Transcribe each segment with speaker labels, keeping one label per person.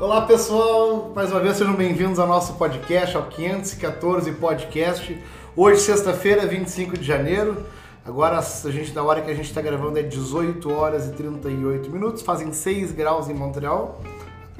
Speaker 1: Olá pessoal, mais uma vez sejam bem-vindos ao nosso podcast, ao 514 Podcast. Hoje, sexta-feira, 25 de janeiro. Agora, a gente, da hora que a gente está gravando é 18 horas e 38 minutos, fazem 6 graus em Montreal.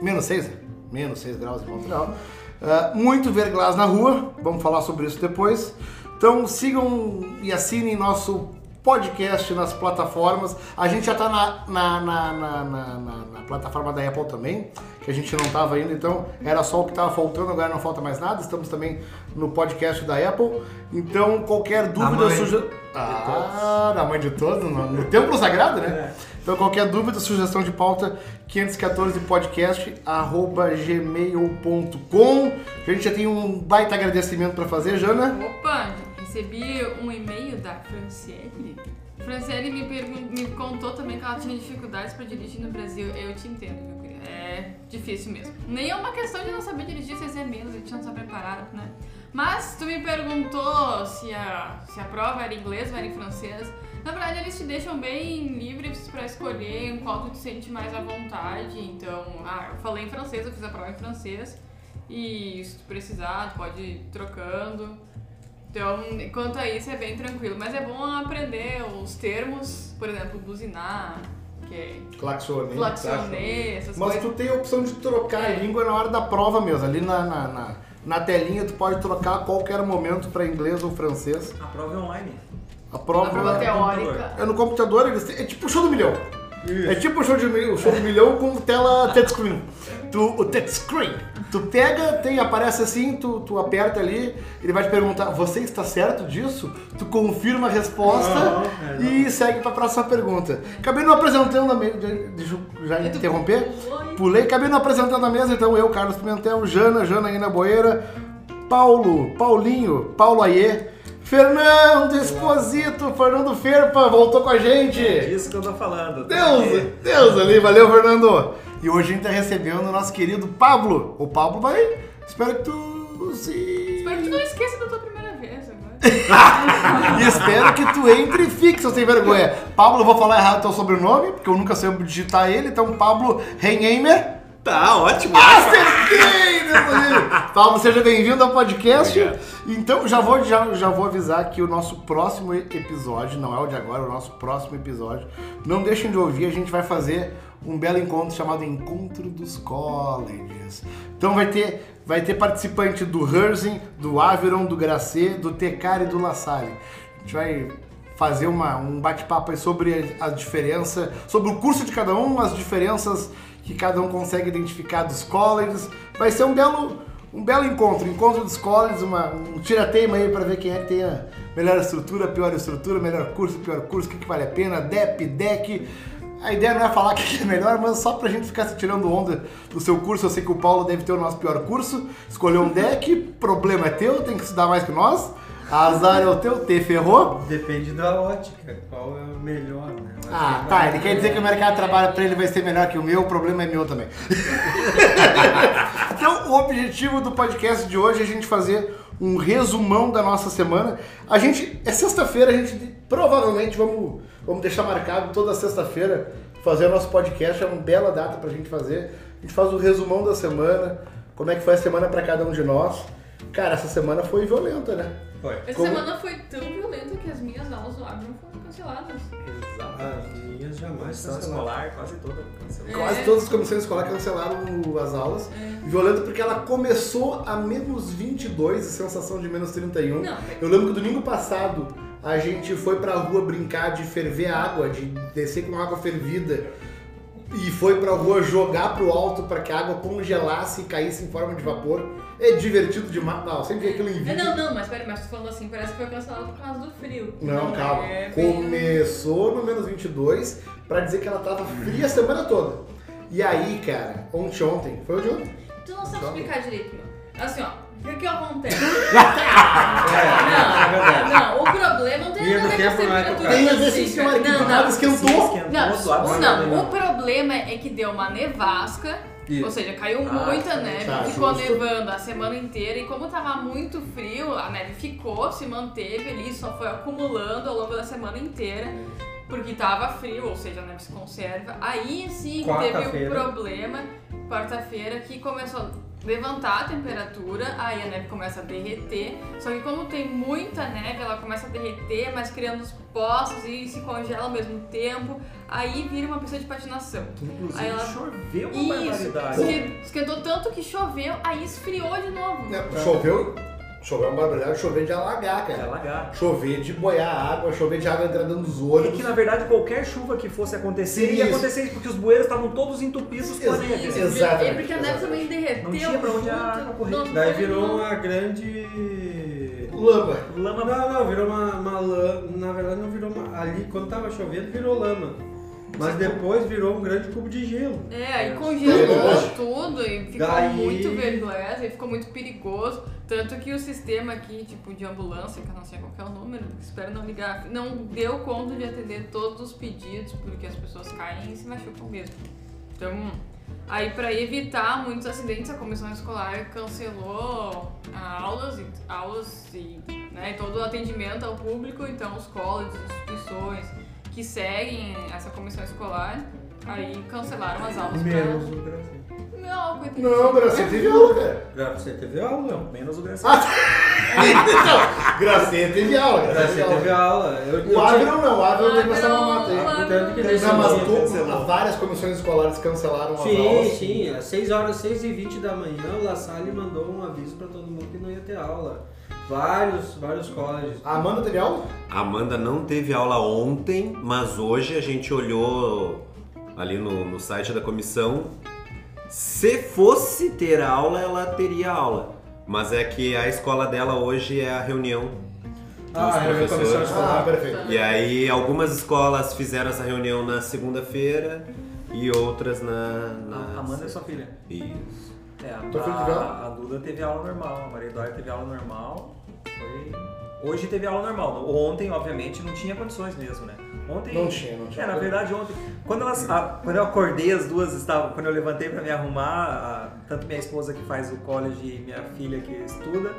Speaker 1: Menos né? 6? Menos 6 graus em Montreal. Ah, muito verglas na rua, vamos falar sobre isso depois. Então sigam e assinem nosso podcast nas plataformas. A gente já está na, na, na, na- na- na- na plataforma da Apple também, que a gente não estava ainda, então era só o que estava faltando, agora não falta mais nada. Estamos também no podcast da Apple. Então qualquer dúvida,
Speaker 2: mãe.
Speaker 1: sugestão. Ah, da mãe de todos, no, no templo sagrado, né? Então qualquer dúvida, sugestão de pauta, 514 podcast arroba gmail.com. A gente já tem um baita agradecimento para fazer, Jana.
Speaker 3: Opa, recebi um e-mail da Franciele. Franciele me, pergun- me contou também que ela tinha dificuldades pra dirigir no Brasil. Eu te entendo, meu querido. É difícil mesmo. Nem é uma questão de não saber dirigir, vocês é menos, a gente não está preparado, né? Mas tu me perguntou se a, se a prova era em inglês ou era em francês. Na verdade, eles te deixam bem livres pra escolher em qual tu te sente mais à vontade. Então, ah, eu falei em francês, eu fiz a prova em francês. E se tu precisar, tu pode ir trocando. Então, quanto a isso, é bem tranquilo. Mas é bom aprender os termos, por exemplo, buzinar, que é
Speaker 1: Claxonei.
Speaker 3: flaxionê, essas
Speaker 1: Mas
Speaker 3: coisas.
Speaker 1: tu tem a opção de trocar a
Speaker 3: É.
Speaker 1: língua na hora da prova mesmo. Ali na, na, na, na telinha tu pode trocar a qualquer momento para inglês ou francês.
Speaker 2: A prova é online.
Speaker 1: A
Speaker 3: A
Speaker 1: prova,
Speaker 3: prova
Speaker 1: é,
Speaker 3: teórica.
Speaker 1: no computador, eles têm- é tipo o show do milhão. É tipo o show, de, mil- o show do milhão com tela touchscreen. Tu, o touchscreen. Tu pega, tem, aparece assim, tu, tu aperta ali, ele vai te perguntar, você está certo disso? Tu confirma a resposta
Speaker 4: Aham, é,
Speaker 1: e segue para a próxima pergunta. Acabei não apresentando a me... de- Deixa eu já
Speaker 3: E tu
Speaker 1: interromper.
Speaker 3: pulou,
Speaker 1: Pulei, acabei não apresentando a mesa, então eu, Carlos Pimentel, Jana, Janaína Boeira, Paulo, Paulinho, Paulo Aie, Fernando Esposito, Fernando Ferpa, voltou com a
Speaker 2: É
Speaker 1: gente.
Speaker 2: disso que eu tô falando. tá?
Speaker 1: Deus, Deus ali, valeu, Fernando. É. E hoje a gente tá recebendo o nosso querido Pablo. O Pablo vai, espero que tu se...
Speaker 3: Espero que tu não esqueça da tua primeira vez agora.
Speaker 1: E espero que tu entre e fique, seu sem vergonha. Pablo, eu vou falar errado teu sobrenome, porque eu nunca soube digitar ele, então Pablo Reinheimer.
Speaker 4: Tá, ótimo.
Speaker 1: Acertei, meu amigo! Paulo, seja bem-vindo ao podcast.
Speaker 4: Obrigado.
Speaker 1: Então, já vou, já, já vou avisar que o nosso próximo episódio, não é o de agora, é o nosso próximo episódio, não deixem de ouvir, a gente vai fazer um belo encontro chamado Encontro dos Colleges. Então vai ter, vai ter participante do Herzing, do Averon, do Gracê, do Tecari e do Lassalle. A gente vai fazer uma, um bate-papo aí sobre a, a diferença, sobre o curso de cada um, as diferenças que cada um consegue identificar dos colleges. Vai ser um belo, um belo encontro, encontro dos colleges, uma, um tira-teima aí para ver quem é que tem a melhor estrutura, pior estrutura, melhor curso, pior curso, o que, que vale a pena, DEP, DEC. A ideia não é falar que é melhor, mas só pra gente ficar se tirando onda do seu curso. Eu sei que o Paulo deve ter o nosso pior curso, escolheu um DEC, problema é teu, tem que estudar mais que nós. Azar é o teu, te ferrou.
Speaker 2: É.
Speaker 4: Depende da ótica, qual é o melhor, né? Eu acho
Speaker 1: Ah,
Speaker 4: que
Speaker 1: tá.
Speaker 4: vai-
Speaker 1: Ele quer dizer que o mercado de trabalho pra ele vai ser melhor que o meu, o problema é meu também. então, o objetivo do podcast de hoje é a gente fazer um resumão da nossa semana. A gente, é sexta-feira, a gente provavelmente vamos, vamos deixar marcado toda sexta-feira fazer o nosso podcast. É uma bela data pra gente fazer. A gente faz o resumão da semana, como é que foi a semana pra cada um de nós. Cara, essa semana foi violenta, né?
Speaker 4: Foi.
Speaker 3: Essa
Speaker 1: Como-
Speaker 3: semana foi tão violenta que as minhas aulas do Abram foram canceladas.
Speaker 4: As minhas jamais
Speaker 2: Sessão
Speaker 4: cancelaram.
Speaker 2: escolar, quase toda cancelada.
Speaker 1: Quase todas as comissões escolares cancelaram o- as aulas.
Speaker 3: É.
Speaker 1: Violento porque ela começou a menos 22 e sensação de menos 31.
Speaker 3: Não,
Speaker 1: Eu lembro que domingo passado a gente foi pra rua brincar de ferver água, de descer com água fervida. E foi pra rua jogar pro alto pra que a água congelasse e caísse em forma de vapor. É divertido demais. Não, eu sempre vi aquilo em
Speaker 3: É,
Speaker 1: vídeo.
Speaker 3: não, não, mas peraí, mas tu falou assim, parece que foi cancelado por causa do frio.
Speaker 1: Não, calma.
Speaker 3: é bem-
Speaker 1: Começou no menos 22 pra dizer que ela tava fria a semana toda. E aí, cara, ontem, ontem, foi o de ontem?
Speaker 3: Tu não sabe
Speaker 1: Calma.
Speaker 3: explicar
Speaker 4: um
Speaker 3: direito, meu. Assim, ó, o que acontece?
Speaker 4: É, é
Speaker 3: Não,
Speaker 4: verdade.
Speaker 3: não, o problema não tem
Speaker 4: Linha
Speaker 3: nada a
Speaker 4: do
Speaker 3: ver com a
Speaker 4: tempo não é
Speaker 3: temperatura.
Speaker 4: tocada.
Speaker 1: Tem a ver
Speaker 3: física.
Speaker 1: se o senhor aqui
Speaker 3: Não,
Speaker 1: do nada
Speaker 3: não.
Speaker 1: esquentou.
Speaker 3: Não,
Speaker 2: suado,
Speaker 3: o,
Speaker 4: né?
Speaker 3: não, o problema é que deu uma nevasca,
Speaker 4: Isso.
Speaker 3: ou seja, caiu
Speaker 2: Ah,
Speaker 3: muita
Speaker 2: tá,
Speaker 3: neve,
Speaker 1: tá,
Speaker 3: ficou
Speaker 1: justo.
Speaker 3: nevando a semana inteira e como tava muito frio, a neve ficou, se manteve ali, só foi acumulando ao longo da semana inteira. porque tava frio, ou seja, a neve se conserva. Aí sim teve o
Speaker 4: Quarta-feira.
Speaker 3: problema, quarta-feira, que começou a levantar a temperatura, aí a neve começa a derreter. Só que como tem muita neve, ela começa a derreter, mas criando os poços e se congela ao mesmo tempo. Aí vira uma pista de patinação.
Speaker 2: Que inclusive
Speaker 3: Aí ela-
Speaker 2: choveu uma
Speaker 3: Isso,
Speaker 2: barbaridade.
Speaker 3: esque- esquentou tanto que choveu, aí esfriou de novo.
Speaker 1: É, Choveu, choveu uma barbaridade, choveu de alagar,
Speaker 2: É
Speaker 1: cara.
Speaker 2: lagar.
Speaker 1: Chover de boiar água, chover de água entrando nos olhos.
Speaker 2: E que na verdade qualquer chuva que fosse acontecer ia
Speaker 1: Isso.
Speaker 2: acontecer isso, porque os bueiros estavam todos entupidos com a
Speaker 1: Ex-
Speaker 2: neve. né?
Speaker 1: ex- exatamente,
Speaker 3: É porque a neve também derreteu.
Speaker 2: Não tinha pra onde a
Speaker 3: junto.
Speaker 2: água correr.
Speaker 3: Não,
Speaker 4: Daí
Speaker 3: não,
Speaker 4: virou
Speaker 3: não.
Speaker 4: uma grande.
Speaker 1: Lama.
Speaker 2: Lama
Speaker 4: Não, não, virou uma, uma lama. Na verdade, não virou uma. Ali, quando tava chovendo, virou lama. Mas depois virou um grande cubo de gelo.
Speaker 3: É, aí
Speaker 1: Verdade.
Speaker 3: congelou tudo e ficou
Speaker 4: Daí-
Speaker 3: muito vergonhoso e ficou muito perigoso. Tanto que o sistema aqui, tipo, de ambulância, que eu não sei qual que é o número, espero não ligar, não deu conta de atender todos os pedidos, porque as pessoas caem e se machucam mesmo. Então, aí pra evitar muitos acidentes, a comissão escolar cancelou ah, aulas e, aulas e né, todo o atendimento ao público, então os colleges, as instituições que seguem essa comissão escolar, aí cancelaram as aulas
Speaker 4: Menos o Brasil.
Speaker 3: pra... Não, coitadinho.
Speaker 1: Não, Gracete teve aula, cara.
Speaker 4: Você teve aula, não?
Speaker 2: Menos o Gracinha.
Speaker 1: Ah, então, Gracete teve aula, Gracete
Speaker 4: Você
Speaker 1: teve aula.
Speaker 4: teve aula. Eu, eu
Speaker 1: O
Speaker 4: tinha-
Speaker 1: Abrão não, o
Speaker 3: Ah,
Speaker 1: Abrão teve
Speaker 4: tá
Speaker 1: essa
Speaker 3: Abrão,
Speaker 1: mamata aí.
Speaker 3: Abrão.
Speaker 4: Tanto que nesse
Speaker 1: Não, mas
Speaker 4: dia-
Speaker 1: tu-
Speaker 2: cancelou.
Speaker 1: várias comissões escolares cancelaram as
Speaker 4: Sim,
Speaker 1: aulas.
Speaker 4: sim, às 6 horas, 6 e 20 da manhã, o La Salle mandou um aviso pra todo mundo que não ia ter aula. Vários, vários colégios.
Speaker 1: A Amanda teve aula?
Speaker 5: Amanda não teve aula ontem, mas hoje a gente olhou ali no, no site da comissão. Se fosse ter aula, ela teria aula. Mas é que a escola dela hoje é a reunião.
Speaker 4: Ah,
Speaker 5: Os
Speaker 4: eu vi a comissão
Speaker 5: professores.
Speaker 1: Ah,
Speaker 4: escolar.
Speaker 1: perfeito.
Speaker 5: E aí algumas escolas fizeram essa reunião na segunda-feira e outras na. na...
Speaker 2: A Amanda é sua filha.
Speaker 5: Isso.
Speaker 2: É, a,
Speaker 1: Tua filha
Speaker 2: a-
Speaker 1: teve aula?
Speaker 2: a Duda teve aula normal, a Maria Eduarda teve aula normal. Foi... Hoje teve aula normal. Ontem, obviamente, não tinha condições mesmo, né? Ontem.
Speaker 1: Não tinha, não tinha.
Speaker 2: É, na verdade, ontem. Quando, elas, a- quando eu acordei, as duas estavam. Quando eu levantei pra me arrumar, a- tanto minha esposa que faz o college e minha filha que estuda.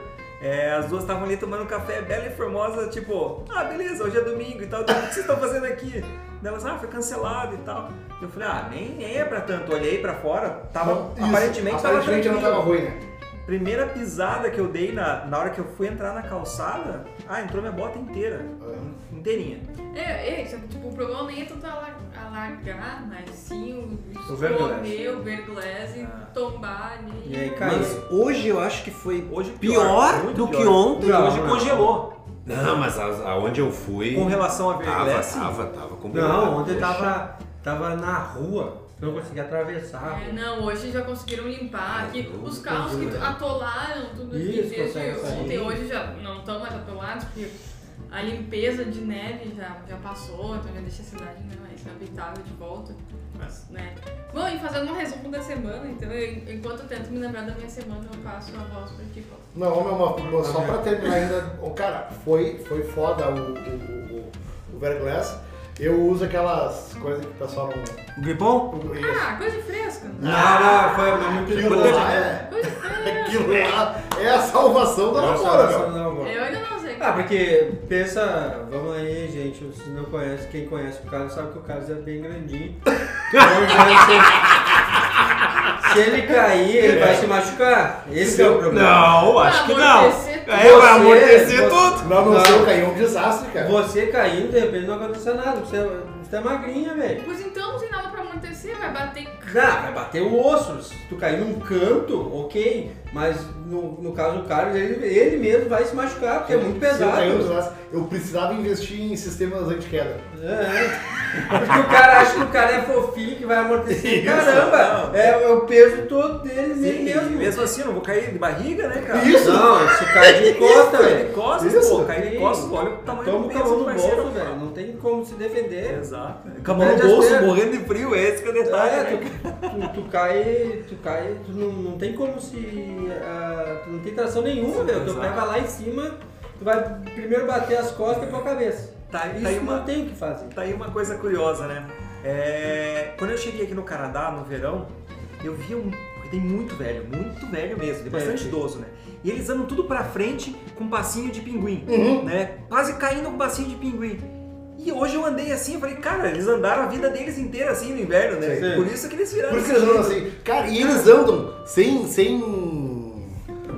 Speaker 2: é, as duas estavam ali tomando café, bela e formosa, tipo, ah, beleza, hoje é domingo e tal, então, o que vocês estão fazendo aqui? Daí Elas, ah, foi cancelado e tal. Eu falei, ah, nem, nem é pra tanto. Olhei pra fora, tava,
Speaker 1: Isso,
Speaker 2: aparentemente, tava
Speaker 1: aparentemente não tava
Speaker 2: tranquilo.
Speaker 1: ruim, né?
Speaker 2: Primeira pisada que eu dei na, na hora que eu fui entrar na calçada, ah, entrou minha bota inteira. Inteirinha.
Speaker 3: É, é, só que, tipo, o problema nem é tanto ala- alargar, mas sim o
Speaker 4: O verglese.
Speaker 3: escorrer, o verglese,
Speaker 2: Ah.
Speaker 3: tombar ali.
Speaker 4: E aí caiu.
Speaker 5: Mas hoje eu acho que foi
Speaker 2: Hoje
Speaker 5: pior,
Speaker 2: muito
Speaker 5: do que
Speaker 2: pior.
Speaker 5: ontem.
Speaker 4: Não,
Speaker 2: Hoje
Speaker 4: não.
Speaker 2: congelou
Speaker 5: Não, mas a- aonde eu fui.
Speaker 2: com relação a
Speaker 5: Tava,
Speaker 2: verglés.
Speaker 5: tava, tava complicado.
Speaker 4: Não, ontem
Speaker 5: Poxa.
Speaker 4: tava, tava na rua, eu não conseguia atravessar.
Speaker 3: É, não, hoje já conseguiram limpar aqui.
Speaker 5: eu
Speaker 3: Os
Speaker 5: não
Speaker 3: carros que
Speaker 4: entendi, né?
Speaker 3: atolaram tudo aqui
Speaker 4: Isso,
Speaker 3: desde
Speaker 4: consegue sair.
Speaker 3: ontem, hoje já não estão mais atolados, porque a limpeza de neve já, já passou, então já deixa a cidade né, mais habitável de volta. Mas, né. Bom, e fazendo um resumo da semana, então eu- enquanto eu tento me lembrar da minha semana, eu passo a voz pra ti, Paulo.
Speaker 1: Não, meu, mas pô, só pra terminar ainda, o cara, foi, foi foda o, o, o, o Verglass. Eu uso aquelas coisas que o pessoal não.
Speaker 4: Gripom?
Speaker 1: Isso.
Speaker 3: Ah, coisa fresca!
Speaker 4: Não, Ah, não, foi mas muito
Speaker 1: Aquilo lá é.
Speaker 3: Coisa fresca!
Speaker 1: Aquilo lá é a salvação da namora, meu.
Speaker 4: agora.
Speaker 3: Eu ainda não sei.
Speaker 4: Ah, porque pensa, vamos aí, gente, se não conhece, quem conhece o Carlos sabe que o Carlos é bem grandinho. Então, se ele cair, ele vai se machucar. Esse é o problema.
Speaker 5: Não, acho que não.
Speaker 3: Amortecer tudo.
Speaker 5: É, vai amortecer
Speaker 4: Você-
Speaker 5: tudo.
Speaker 1: Não,
Speaker 4: Não.
Speaker 1: não sei, caiu um desastre, cara.
Speaker 4: Você caindo, de repente não aconteceu nada, você, você é magrinha, velho.
Speaker 3: Pois então não tem nada pra acontecer, vai bater.
Speaker 4: Não, vai bater o osso. Se tu cair num canto, ok. Mas no, no caso do Carlos, ele, ele mesmo vai se machucar, porque é muito pesado.
Speaker 1: Caiu um desastre. Eu precisava investir em sistemas anti-queda.
Speaker 4: É. Porque o cara acha que o cara é fofinho, que vai
Speaker 1: Isso.
Speaker 4: amortecer. Caramba, é, é o peso todo dele
Speaker 2: Sim,
Speaker 4: nele mesmo.
Speaker 2: mesmo assim, eu não vou cair de barriga, né, cara?
Speaker 1: Isso.
Speaker 4: Não, se cai de costa,
Speaker 2: Cair
Speaker 4: velho.
Speaker 2: de costas,
Speaker 1: Isso.
Speaker 2: pô, cair de costas, olha o tamanho
Speaker 4: Toma
Speaker 2: do
Speaker 4: o
Speaker 2: peso
Speaker 4: camão
Speaker 2: do
Speaker 4: no
Speaker 2: parceiro,
Speaker 4: bolso, velho. Não tem como se defender.
Speaker 2: Exato. Camão no
Speaker 4: Perde as
Speaker 2: bolso,
Speaker 4: pernas.
Speaker 2: morrendo de frio, esse que é o detalhe,
Speaker 4: É,
Speaker 2: né?
Speaker 4: tu, tu, tu cai, tu cai, tu não, não tem como se. ah, tu não tem tração nenhuma, velho. Teu pé
Speaker 2: Exato.
Speaker 4: vai lá em cima, tu vai primeiro bater as costas e com a cabeça.
Speaker 2: Tá, tá aí
Speaker 4: Isso
Speaker 2: uma,
Speaker 4: não tem o que fazer.
Speaker 2: Tá aí uma coisa curiosa, né? É, quando eu cheguei aqui no Canadá, no verão, eu vi um. porque Tem muito velho, muito velho mesmo, tem bastante
Speaker 4: É.
Speaker 2: idoso, né? E eles andam tudo pra frente com um passinho de pinguim,
Speaker 1: Uhum.
Speaker 2: né? Quase caindo com um passinho de pinguim. E E hoje eu andei assim, eu falei, cara, eles andaram a vida deles inteira assim no inverno, né?
Speaker 4: Sim.
Speaker 2: Por isso que eles viraram.
Speaker 1: Por isso que
Speaker 2: desse
Speaker 1: eles andam
Speaker 2: jeito.
Speaker 1: assim. Cara, e eles andam sem, sem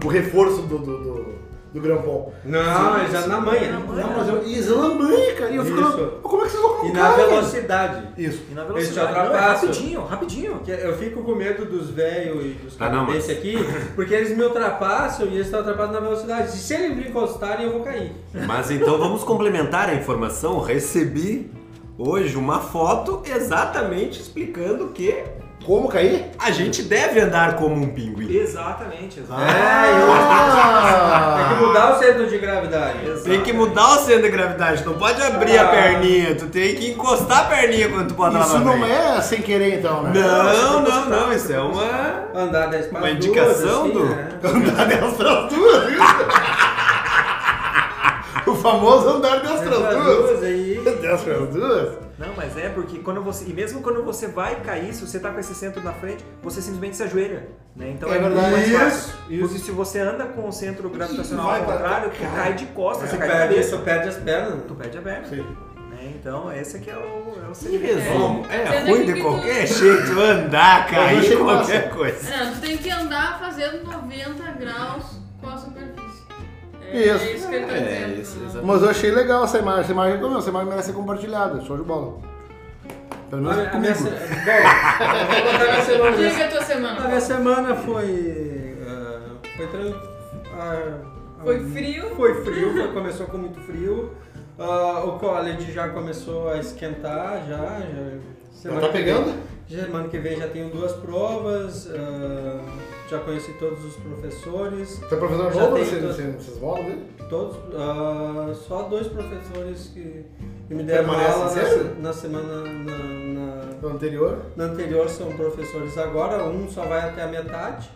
Speaker 1: o reforço do, do, do, do grampom.
Speaker 4: Não,
Speaker 1: Sim,
Speaker 4: eles andam Ah, na
Speaker 2: Na
Speaker 4: manha.
Speaker 2: manha.
Speaker 1: Não, mas eu, e eles andam bem, cara. E eu fico
Speaker 4: Isso.
Speaker 1: falando, como é que vocês vão com
Speaker 4: E
Speaker 1: o
Speaker 4: na
Speaker 1: cara?
Speaker 4: velocidade.
Speaker 1: Isso.
Speaker 2: E na
Speaker 4: Eles te
Speaker 2: velocidade. Não, é
Speaker 4: ultrapassam.
Speaker 2: rapidinho, rapidinho.
Speaker 4: Que Eu fico com medo dos velhos e dos
Speaker 5: Ah, não,
Speaker 4: canadenses aqui, porque eles me ultrapassam e eles estão ultrapassando na velocidade. Se eles me encostarem, eu vou cair.
Speaker 5: Mas então vamos complementar a informação. Recebi hoje uma foto exatamente explicando que
Speaker 1: Como cair?
Speaker 5: a gente deve andar como um pinguim.
Speaker 2: Exatamente,
Speaker 4: É,
Speaker 2: exatamente.
Speaker 1: Ah,
Speaker 4: Tem que mudar o centro de gravidade.
Speaker 5: Tem que mudar o centro de gravidade, não pode abrir a
Speaker 4: Ah.
Speaker 5: perninha, tu tem que encostar a perninha quando tu botar
Speaker 1: Isso
Speaker 5: lá pra
Speaker 1: não
Speaker 5: frente.
Speaker 1: é sem querer, então, né?
Speaker 5: Não, não, não, isso é uma.
Speaker 4: Andar da espada.
Speaker 5: Uma indicação
Speaker 4: assim,
Speaker 5: do-
Speaker 4: né?
Speaker 1: Andar de astraltura. o famoso andar de
Speaker 4: Essas
Speaker 1: astraltura.
Speaker 4: duas aí.
Speaker 1: De astraltura.
Speaker 2: Não, mas é porque quando você. E mesmo quando você vai cair, se você tá com esse centro na frente, você simplesmente se ajoelha. Né? Então
Speaker 1: É
Speaker 2: é, muito mais
Speaker 1: verdade.
Speaker 2: fácil.
Speaker 4: Isso,
Speaker 2: Porque se você anda com o centro gravitacional
Speaker 1: vai
Speaker 2: ao
Speaker 1: pra-
Speaker 2: contrário, tu cai de costas, você
Speaker 4: Você
Speaker 2: cai de
Speaker 4: perde,
Speaker 2: cabeça.
Speaker 4: você perde as pernas.
Speaker 2: Tu perde a perna.
Speaker 1: Sim.
Speaker 2: Né? Então esse aqui é o, é o
Speaker 5: Em
Speaker 2: segredo.
Speaker 5: resumo, é,
Speaker 3: Você
Speaker 5: ruim
Speaker 3: tem
Speaker 5: de
Speaker 3: que-
Speaker 5: qualquer jeito andar,
Speaker 1: Mas
Speaker 5: cair,
Speaker 1: eu achei
Speaker 5: qualquer coisa.
Speaker 3: É, tu tem que andar fazendo 90 graus com a superfície. É
Speaker 1: Isso.
Speaker 3: É isso que ele tá
Speaker 5: É,
Speaker 3: dizendo.
Speaker 5: isso,
Speaker 3: né?
Speaker 5: exatamente.
Speaker 1: Mas eu achei legal essa imagem. Essa imagem, como eu, essa imagem merece ser compartilhada. Show de bola. Pelo
Speaker 4: A
Speaker 1: menos
Speaker 4: minha- a minha
Speaker 1: comigo.
Speaker 4: se- Bom, eu vou botar minha semana.
Speaker 3: Diga a tua
Speaker 4: A
Speaker 3: semana.
Speaker 4: minha semana foi. ah, foi tranquilo.
Speaker 3: Foi frio.
Speaker 4: Foi frio, foi- começou com muito frio. Ah, o college já começou a esquentar, já. já
Speaker 1: Já
Speaker 4: semana
Speaker 1: tá
Speaker 4: que vem-
Speaker 1: pegando?
Speaker 4: Semana que vem já tenho duas provas, ah, já conheci todos os professores.
Speaker 1: Seu professor
Speaker 4: Já
Speaker 1: novo,
Speaker 4: tem
Speaker 1: vocês,
Speaker 4: tudo.
Speaker 1: vocês, vocês molam dele?
Speaker 4: Todos, ah, só dois professores que, que me deram
Speaker 1: Permanecem
Speaker 4: aula na,
Speaker 1: sempre?
Speaker 4: se- na semana na- na-
Speaker 1: Do anterior?
Speaker 4: na anterior são professores agora, um só vai até a metade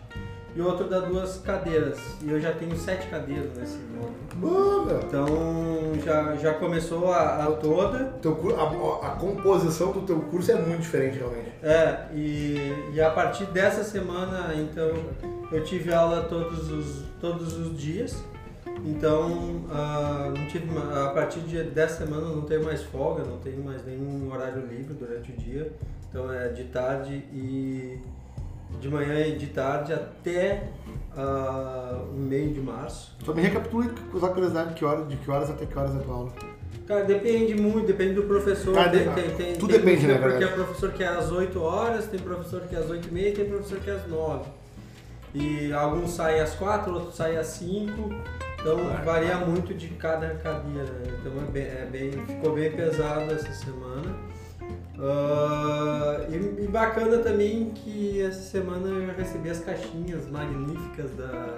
Speaker 4: e o outro dá duas cadeiras. E eu já tenho sete cadeiras nesse ano.
Speaker 1: Boa, meu.
Speaker 4: Então já, já começou a, a toda.
Speaker 1: Teu cu- a, a- a composição do teu curso é muito diferente, realmente.
Speaker 4: É, e, e a partir dessa semana, então, eu tive aula todos os, todos os dias. Então, ah, não tive, ma- a partir de, dessa semana eu não tenho mais folga, não tenho mais nenhum horário livre durante o dia. Então é de tarde e de manhã e de tarde até ah, o meio de março.
Speaker 1: Só me recapitula com só curiosidade que hora, de que horas até que horas é a tua aula.
Speaker 4: Cara, depende muito, depende do professor.
Speaker 1: Cara,
Speaker 4: tem,
Speaker 1: de-
Speaker 4: tem, tem,
Speaker 1: tudo
Speaker 4: tem
Speaker 1: depende,
Speaker 4: professor
Speaker 1: né,
Speaker 4: Porque
Speaker 1: verdade.
Speaker 4: tem professor que é às 8 horas, tem professor que é às 8 e meia, tem professor que é às 9. E alguns saem às 4, outros saem às 5. Então
Speaker 1: Ah,
Speaker 4: varia muito de cada cadeira. né? Então é bem, é bem- ficou bem pesado essa semana. Ah, e, e bacana também que essa semana eu recebi as caixinhas magníficas da,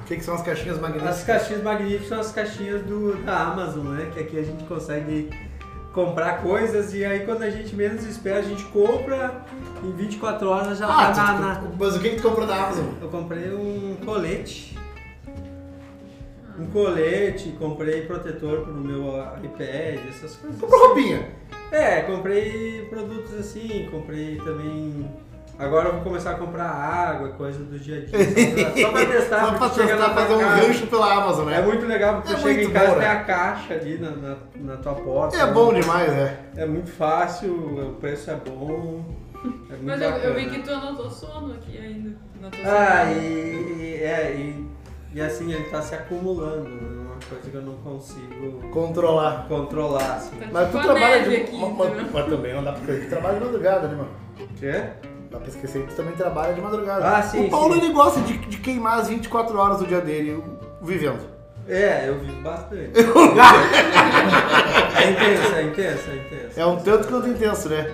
Speaker 1: O que, que são as caixinhas magnéticas?
Speaker 4: as caixinhas magníficas são as caixinhas do, da Amazon, né? Que aqui a gente consegue comprar coisas e aí quando a gente menos espera, a gente compra em 24 horas já
Speaker 1: Ah,
Speaker 4: tá na,
Speaker 1: tu-
Speaker 4: na-
Speaker 1: tu- mas o que que tu comprou da Amazon?
Speaker 4: Eu comprei um colete. Um colete, comprei protetor pro meu iPad, essas coisas.
Speaker 1: Comprou roupinha.
Speaker 4: É, comprei produtos assim, comprei também. Agora eu vou começar a comprar água, coisa do dia a dia. Só pra, só pra testar,
Speaker 1: Só pra
Speaker 4: porque Tá, chega lá
Speaker 1: testar
Speaker 4: pra
Speaker 1: fazer um
Speaker 4: casa-
Speaker 1: gancho pela Amazon,
Speaker 4: é
Speaker 1: né?
Speaker 4: muito legal porque
Speaker 1: É
Speaker 4: tu chega
Speaker 1: muito
Speaker 4: em casa
Speaker 1: bom,
Speaker 4: tem
Speaker 1: né?
Speaker 4: a caixa ali na, na, na tua porta.
Speaker 1: É bom demais, né?
Speaker 4: É muito fácil, o preço é bom. É muito
Speaker 3: Mas eu, eu vi
Speaker 4: bacana.
Speaker 3: que tá- tu anotou sono aqui ainda. Na tua
Speaker 4: Ah,
Speaker 3: semana.
Speaker 4: e, e- é, e, e assim, ele tá se acumulando, né? uma coisa que eu não consigo
Speaker 1: Controlar.
Speaker 4: controlar. Assim.
Speaker 3: Tá
Speaker 1: Mas
Speaker 3: tipo
Speaker 1: tu
Speaker 3: a
Speaker 1: trabalha
Speaker 3: neve
Speaker 1: de.
Speaker 3: aqui,
Speaker 1: ma- ma-
Speaker 3: entendeu?
Speaker 1: Mas também não dá pra esquecer que tu trabalha de madrugada, né, mano?
Speaker 4: Quê?
Speaker 1: Dá pra esquecer que tu também trabalha de madrugada.
Speaker 4: Ah, sim,
Speaker 1: O Paulo
Speaker 4: sim.
Speaker 1: ele gosta de, de queimar as 24 horas do dia dele o- vivendo.
Speaker 4: É, eu vivo bastante. é intenso, é intenso, é intenso.
Speaker 1: É um tanto quanto intenso, né?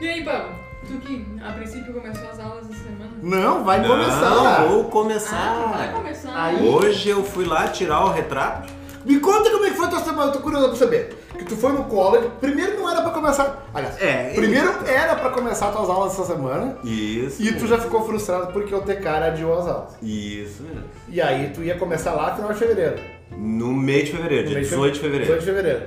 Speaker 3: E aí, Pablo? Tu que a princípio começou as aulas essa semana?
Speaker 1: Não, vai
Speaker 5: não,
Speaker 1: começar.
Speaker 5: vou
Speaker 3: Ah, tu tá
Speaker 5: começar.
Speaker 3: começando.
Speaker 1: Aí-
Speaker 5: Hoje eu fui lá tirar o retrato.
Speaker 1: Me conta como é que foi a tua semana, eu tô curioso pra saber. Que tu foi no college, primeiro não era pra começar. Aliás,
Speaker 5: É,
Speaker 1: primeiro era pra começar tuas aulas essa semana.
Speaker 5: Isso.
Speaker 1: E tu já ficou frustrado porque o TECAR adiou as aulas.
Speaker 5: Isso mesmo.
Speaker 1: E aí tu ia começar lá final de fevereiro.
Speaker 5: No meio de fevereiro,
Speaker 1: No
Speaker 5: dia
Speaker 1: meio
Speaker 5: 18 É, de fevereiro.
Speaker 1: 18 de fevereiro.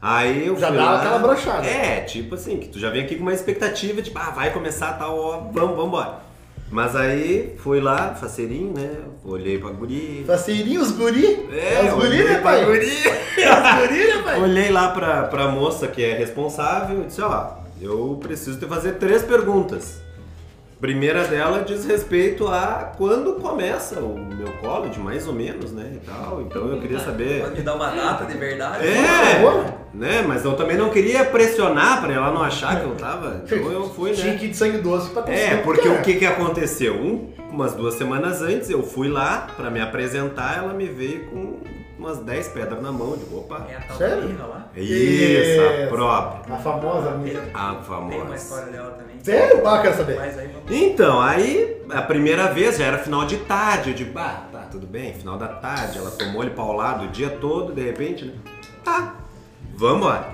Speaker 5: Aí eu
Speaker 1: Já
Speaker 5: fui
Speaker 1: dá
Speaker 5: lá.
Speaker 1: aquela brochada.
Speaker 5: É, tipo assim, que tu já vem aqui com uma expectativa, tipo, ah, vai começar tal, ó, vamos, vambora. Mas aí fui lá, faceirinho, né? Olhei pra guri.
Speaker 1: Faceirinho, Tá os guri? os guri,
Speaker 5: olhei
Speaker 1: né,
Speaker 5: É, pra
Speaker 1: pai?
Speaker 5: guri.
Speaker 1: Os guri, né, pai?
Speaker 5: Olhei lá pra, pra moça que é responsável e disse, ó, eu preciso te fazer três perguntas. Primeira dela diz respeito a quando começa o meu college, mais ou menos, né, e tal. Então eu queria saber...
Speaker 2: Pode me dar uma data de verdade?
Speaker 5: É, né, mas eu também não queria pressionar pra ela não achar que eu tava, então eu fui, né.
Speaker 1: Chique de sangue doce pra
Speaker 5: É,
Speaker 1: torcer,
Speaker 5: porque
Speaker 1: cara.
Speaker 5: o que que aconteceu? Um- umas duas semanas antes eu fui lá pra me apresentar, ela me veio com umas 10 pedras na mão, digo, opa.
Speaker 2: É a tal
Speaker 1: Sério?
Speaker 2: menina lá.
Speaker 5: Isso, a
Speaker 1: Isso.
Speaker 5: própria.
Speaker 1: A famosa
Speaker 2: Tem,
Speaker 1: amiga.
Speaker 5: A
Speaker 2: tem uma
Speaker 5: famosa.
Speaker 2: história dela também.
Speaker 1: Sério? Ah, quero saber.
Speaker 2: Mas aí vamos...
Speaker 5: Então, aí a primeira vez já era final de tarde, eu digo, ah, tá, tudo bem, final da tarde, ela tomou ele paulado o dia todo, de repente, né? Tá, vambora.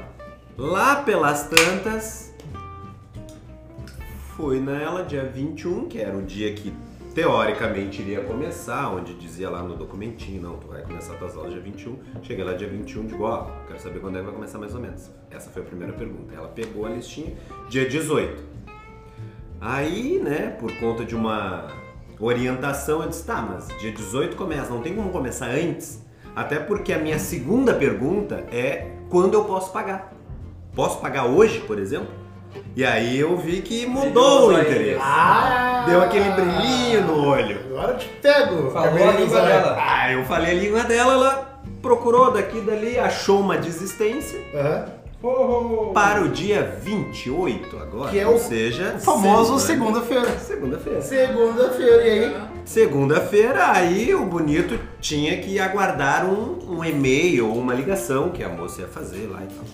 Speaker 5: Lá pelas tantas, fui nela dia 21, que era o dia que teoricamente iria começar, onde dizia lá no documentinho, não, tu vai começar tuas aulas dia 21. Cheguei lá dia 21, digo, ó, quero saber quando é que vai começar mais ou menos. Essa foi a primeira pergunta. Ela pegou a listinha, dia 18. Aí, né, por conta de uma orientação, eu disse, tá, mas dia 18 começa, não tem como começar antes. Até porque a minha segunda pergunta é quando eu posso pagar. Posso pagar hoje, por exemplo? E aí eu vi que mudou o
Speaker 2: Brilhou os olhos.
Speaker 5: interesse.
Speaker 1: Ah!
Speaker 5: Deu aquele brilhinho no olho.
Speaker 1: Agora eu te pego.
Speaker 4: Falou a língua dela.
Speaker 5: Ah, eu falei a língua dela, ela procurou daqui e dali, achou uma desistência.
Speaker 1: Aham.
Speaker 4: Oh,
Speaker 5: Para o dia 28 agora,
Speaker 1: Que é
Speaker 5: ou
Speaker 1: o
Speaker 5: seja,
Speaker 1: Famoso
Speaker 5: semana-
Speaker 1: segunda-feira.
Speaker 5: Segunda-feira.
Speaker 1: Segunda-feira, e aí?
Speaker 5: Segunda-feira, aí o bonito tinha que aguardar um, um e-mail ou uma ligação que a moça ia fazer lá e tal.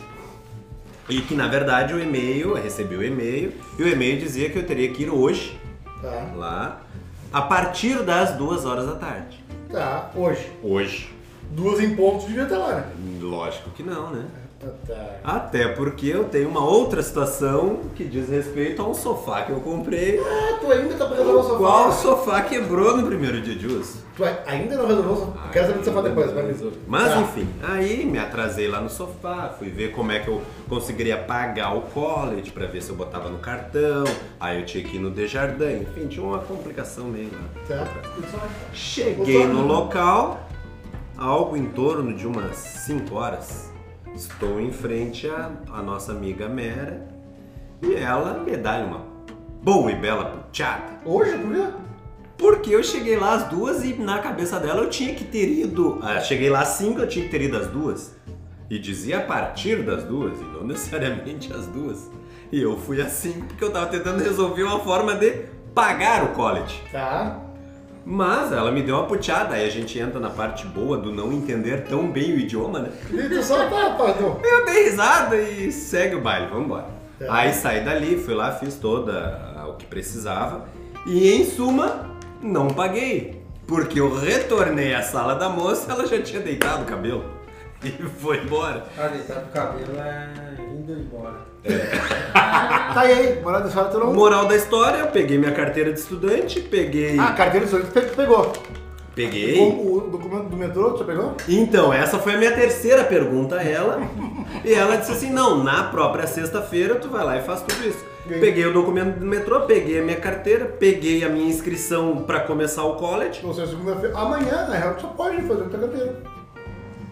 Speaker 5: E que na verdade o e-mail, eu recebi o e-mail, e o e-mail dizia que eu teria que ir hoje
Speaker 1: Tá,
Speaker 5: lá a partir das duas horas da tarde.
Speaker 1: tá, hoje.
Speaker 5: Hoje.
Speaker 1: Duas em ponto devia estar lá, né?
Speaker 5: Lógico que não, né?
Speaker 1: Tá.
Speaker 5: Até porque eu tenho uma outra situação que diz respeito a um sofá que eu comprei.
Speaker 1: Ah, tu ainda tá pra resolver o sofá?
Speaker 5: Qual sofá quebrou no primeiro dia de uso?
Speaker 1: Tu ai- ainda não resolveu o sofá? Quero saber do sofá depois, vai resolver.
Speaker 5: Mas
Speaker 1: Tá.
Speaker 5: enfim, aí me atrasei lá no sofá, fui ver como é que eu conseguiria pagar o college pra ver se eu botava no cartão. Aí eu tinha que ir no Desjardins, enfim, tinha uma complicação meio lá.
Speaker 1: Tá.
Speaker 5: Cheguei no local, algo em torno de umas 5 horas. Estou em frente à, à nossa amiga Mera e ela me dá uma boa e bela puteada.
Speaker 1: Hoje, por quê?
Speaker 5: Porque eu cheguei lá às duas e na cabeça dela eu tinha que ter ido. Ah, cheguei lá às cinco, eu tinha que ter ido às duas. E dizia a partir das duas, e não necessariamente às duas. E eu fui assim porque eu tava tentando resolver uma forma de pagar o college.
Speaker 1: Tá.
Speaker 5: Mas ela me deu uma puteada, aí a gente entra na parte boa do não entender tão bem o idioma, né?
Speaker 1: E tu só tá, pardon.
Speaker 5: Eu dei risada e segue o baile, vambora.
Speaker 1: Tá.
Speaker 5: Aí saí dali, fui lá, fiz toda a- o que precisava e em suma não paguei. Porque eu retornei à sala da moça, ela já tinha deitado o cabelo e foi embora.
Speaker 4: Ah, deitar pro cabelo é indo embora.
Speaker 1: Tá e aí, morada da história, tu não.
Speaker 5: Moral da história, eu peguei minha carteira de estudante, peguei.
Speaker 1: Ah, carteira de sorriso tu pegou.
Speaker 5: Peguei.
Speaker 1: O, o documento do metrô, tu já pegou?
Speaker 5: Então, essa foi a minha terceira pergunta a ela. e ela disse assim: não, na própria sexta-feira tu vai lá e faz tudo isso.
Speaker 1: Ganhei.
Speaker 5: Peguei o documento do metrô, peguei a minha carteira, peguei a minha inscrição pra começar o college.
Speaker 1: Não sei, é segunda-feira. Amanhã, na real, tu só pode fazer outra carteira.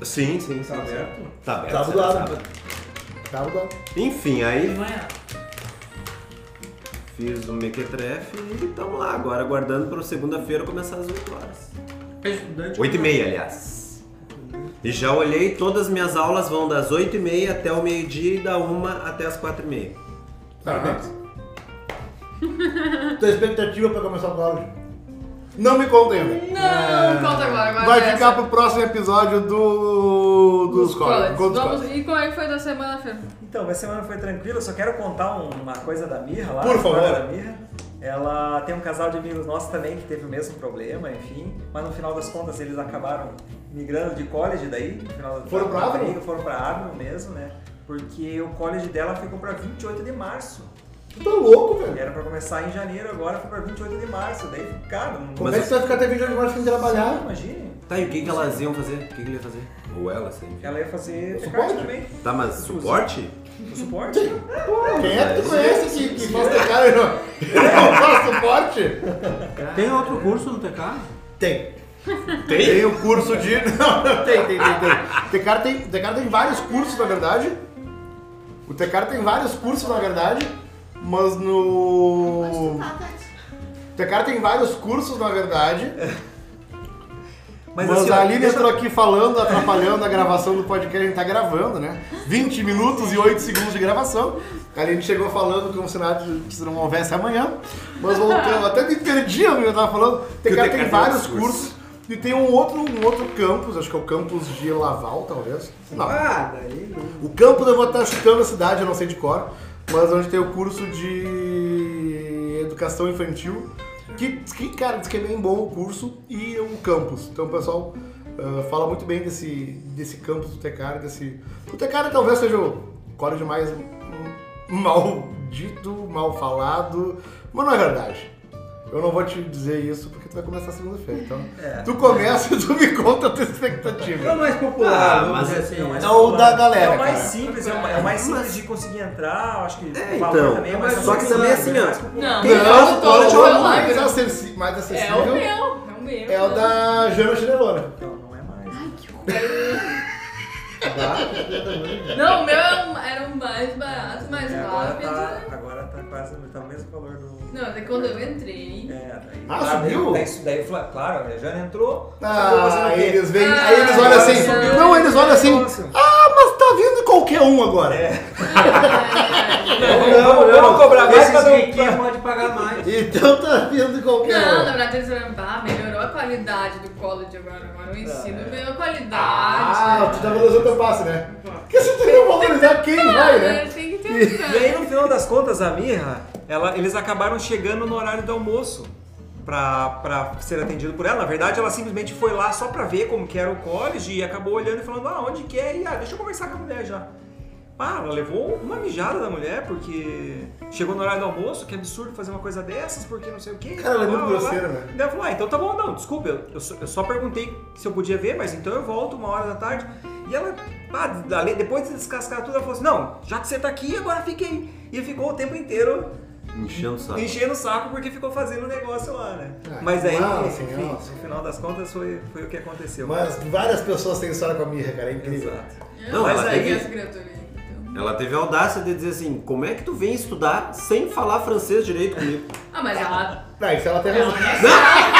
Speaker 5: Sim, sim, sim.
Speaker 4: Tá aberto?
Speaker 5: Tá aberto.
Speaker 1: É, Sábado
Speaker 5: será
Speaker 1: abre.
Speaker 5: sábado.
Speaker 1: Tá, tá.
Speaker 5: Enfim, aí
Speaker 3: Não é?
Speaker 5: fiz o mequetrefe e estamos lá agora, aguardando pra segunda-feira começar às 8 horas.
Speaker 4: É estudante.
Speaker 5: 8 e meia, aliás. E já olhei, todas as minhas aulas vão das 8 e meia até o meio-dia e da 1 até as 4 e meia.
Speaker 1: Parabéns. Tua expectativa pra começar o college? Não me conta ainda.
Speaker 3: Não, conta agora, agora.
Speaker 1: Ah. Vai
Speaker 3: é
Speaker 1: ficar
Speaker 3: essa.
Speaker 1: pro próximo episódio do. dos college.
Speaker 3: é? Vamos-
Speaker 1: Conta os college.
Speaker 3: E como é que foi da semana, Fer?
Speaker 2: Então, minha semana foi tranquila, eu só quero contar um- uma coisa da Mirra lá.
Speaker 1: Por
Speaker 2: a história
Speaker 1: favor.
Speaker 2: Da Mirra. Ela tem um casal de amigos nossos também que teve o mesmo problema, enfim. Mas no final das contas eles acabaram migrando de college daí. No final da-
Speaker 1: Foram pra
Speaker 2: da-
Speaker 1: Avon?
Speaker 2: daí, Foram pra Avon mesmo, né? Porque o college dela ficou pra 28 de março.
Speaker 1: Tu tá louco,
Speaker 2: E
Speaker 1: velho.
Speaker 2: era pra começar em janeiro, agora foi pra 28 de março. Daí, cara, não...
Speaker 1: Como
Speaker 5: Mas
Speaker 1: é que tu vai ficar até 20 de março sem trabalhar?
Speaker 2: Imagine.
Speaker 5: Tá, e o que, que elas iam fazer? O que, que ele ia fazer? Ou ela, sei.
Speaker 2: Ela ia fazer
Speaker 1: Suporte?
Speaker 2: pecado também.
Speaker 5: Tá, mas suporte?
Speaker 2: O suporte?
Speaker 1: Quem é que tu conhece que, que faz teu cara e não, não faz suporte?
Speaker 4: Tem outro curso no TK?
Speaker 1: Tem.
Speaker 5: Tem?
Speaker 1: Tem o curso de. Não, tem, tem, tem, tem. Tecar tem, Tecar tem vários cursos, na verdade. O Tecar tem vários cursos, na verdade. Mas no. O Tecar tem vários cursos, na verdade. Mas,
Speaker 2: assim, ó,
Speaker 1: a Aline
Speaker 2: deixa-
Speaker 1: entrou aqui falando, atrapalhando a gravação do podcast, a gente tá gravando, né? 20 minutos e 8 segundos de gravação. A Aline chegou falando um como se nada se não houvesse amanhã. Mas voltando, até me perdi o que eu tava falando.
Speaker 5: Que o
Speaker 1: Tem, cara,
Speaker 5: TK
Speaker 1: tem
Speaker 5: tem
Speaker 1: vários
Speaker 5: outros
Speaker 1: cursos. E tem um outro, um outro campus, acho que é o campus de Laval, talvez. Não.
Speaker 4: Ah, daí
Speaker 1: O
Speaker 4: não.
Speaker 1: campus eu vou estar tá chutando a cidade, eu não sei de cor, mas onde tem o curso de educação infantil, que, que cara, diz que é bem bom o curso e o campus. Então o pessoal ah, fala muito bem desse, desse campus do Tecara, desse. O Tecara talvez seja o college mais hum, maldito, mal falado, mas não é verdade. Eu não vou te dizer isso porque tu vai começar segunda-feira. Então, tu começa e tu me conta a tua
Speaker 4: É o
Speaker 1: expectativa.
Speaker 4: mais popular,
Speaker 5: Ah,
Speaker 4: vamos
Speaker 5: mas
Speaker 4: dizer assim.
Speaker 2: É o mais
Speaker 1: É o da galera,
Speaker 2: É o mais
Speaker 1: cara.
Speaker 2: simples, é o ma- é o mais simples de conseguir entrar, acho que
Speaker 5: É,
Speaker 2: o valor
Speaker 5: então.
Speaker 2: também é
Speaker 4: Mas
Speaker 2: mais
Speaker 4: só que
Speaker 2: acessível,
Speaker 4: também é assim,
Speaker 2: né?
Speaker 5: ó.
Speaker 2: Mais popular.
Speaker 3: Não,
Speaker 5: Quem faz o
Speaker 3: eu tô-
Speaker 5: college
Speaker 3: eu
Speaker 5: é
Speaker 1: o
Speaker 5: o
Speaker 1: mais,
Speaker 3: lembro.
Speaker 1: acessi- mais
Speaker 3: É
Speaker 1: acessível.
Speaker 3: o meu, é o meu.
Speaker 1: É o da Jana Chinelona.
Speaker 2: Não, não é mais.
Speaker 3: Ai, que horror.
Speaker 4: Dá.
Speaker 3: Não, o meu era o- era o mais barato, mais
Speaker 2: É, agora,
Speaker 3: rápido.
Speaker 2: tá, agora tá quase tá o mesmo valor do.
Speaker 3: Não, até quando eu entrei.
Speaker 2: É,
Speaker 1: Ah,
Speaker 2: daí, claro,
Speaker 1: subiu?
Speaker 2: Daí, daí, daí, fla- claro, a Jana entrou. acabou fazendo o
Speaker 1: Ah,
Speaker 2: quê?
Speaker 1: eles vêm.
Speaker 3: Ah,
Speaker 1: aí eles olham assim.
Speaker 3: não.
Speaker 1: Não, eles olham assim.
Speaker 2: Nossa.
Speaker 1: Ah, mas tá vindo qualquer um agora.
Speaker 2: É. Não, não, vamos cobrar mais
Speaker 4: Esses
Speaker 2: cada um.
Speaker 4: riquinhos pode pagar mais.
Speaker 1: Então tá vindo qualquer
Speaker 3: Não, na
Speaker 1: um.
Speaker 3: verdade eles falaram, "Bah, melhorou a qualidade do college agora, agora o ensino melhorou a qualidade.
Speaker 1: Ah, tu tá valorizando teu passe, né?
Speaker 3: Pô.
Speaker 1: Porque se tu não valorizar quem vai, né?
Speaker 3: Tem que ter um
Speaker 2: E aí no final das contas, a Mirra, ela- eles acabaram chegando no horário do almoço pra, pra ser atendido por ela. Na verdade, ela simplesmente foi lá só pra ver como que era o college e acabou olhando e falando, ah, onde que é? E ah, deixa eu conversar com a mulher já. Ah, ela levou uma mijada da mulher porque chegou no horário do almoço, que absurdo fazer uma coisa dessas, porque não sei o quê.
Speaker 1: Cara, ela é
Speaker 2: blá,
Speaker 1: muito
Speaker 2: blá, blá.
Speaker 1: grosseira, né?
Speaker 2: Daí ela falou, ah, então tá bom, não, desculpa, eu, eu só, eu só perguntei se eu podia ver, mas então eu volto uma hora da tarde. E ela, pá, dali- depois de descascar tudo, ela falou assim, não, já que você tá aqui, agora fique aí. E ficou o tempo inteiro
Speaker 5: Enchendo o saco.
Speaker 2: enchendo o saco porque ficou fazendo o negócio lá, né?
Speaker 1: Ah,
Speaker 2: mas aí,
Speaker 1: não,
Speaker 2: enfim,
Speaker 1: senhor.
Speaker 2: no final das contas, foi, foi o que aconteceu.
Speaker 1: Mas várias pessoas têm história com a Mirra, cara. É incrível.
Speaker 2: Exato.
Speaker 5: Não,
Speaker 3: mas
Speaker 5: ela
Speaker 3: aí
Speaker 5: teve-
Speaker 3: essa criatura aí, então.
Speaker 5: Ela teve a audácia de dizer assim: como é que tu vem estudar sem falar francês direito comigo?
Speaker 3: Ah, mas ela. é
Speaker 1: Não, isso ela tem razão.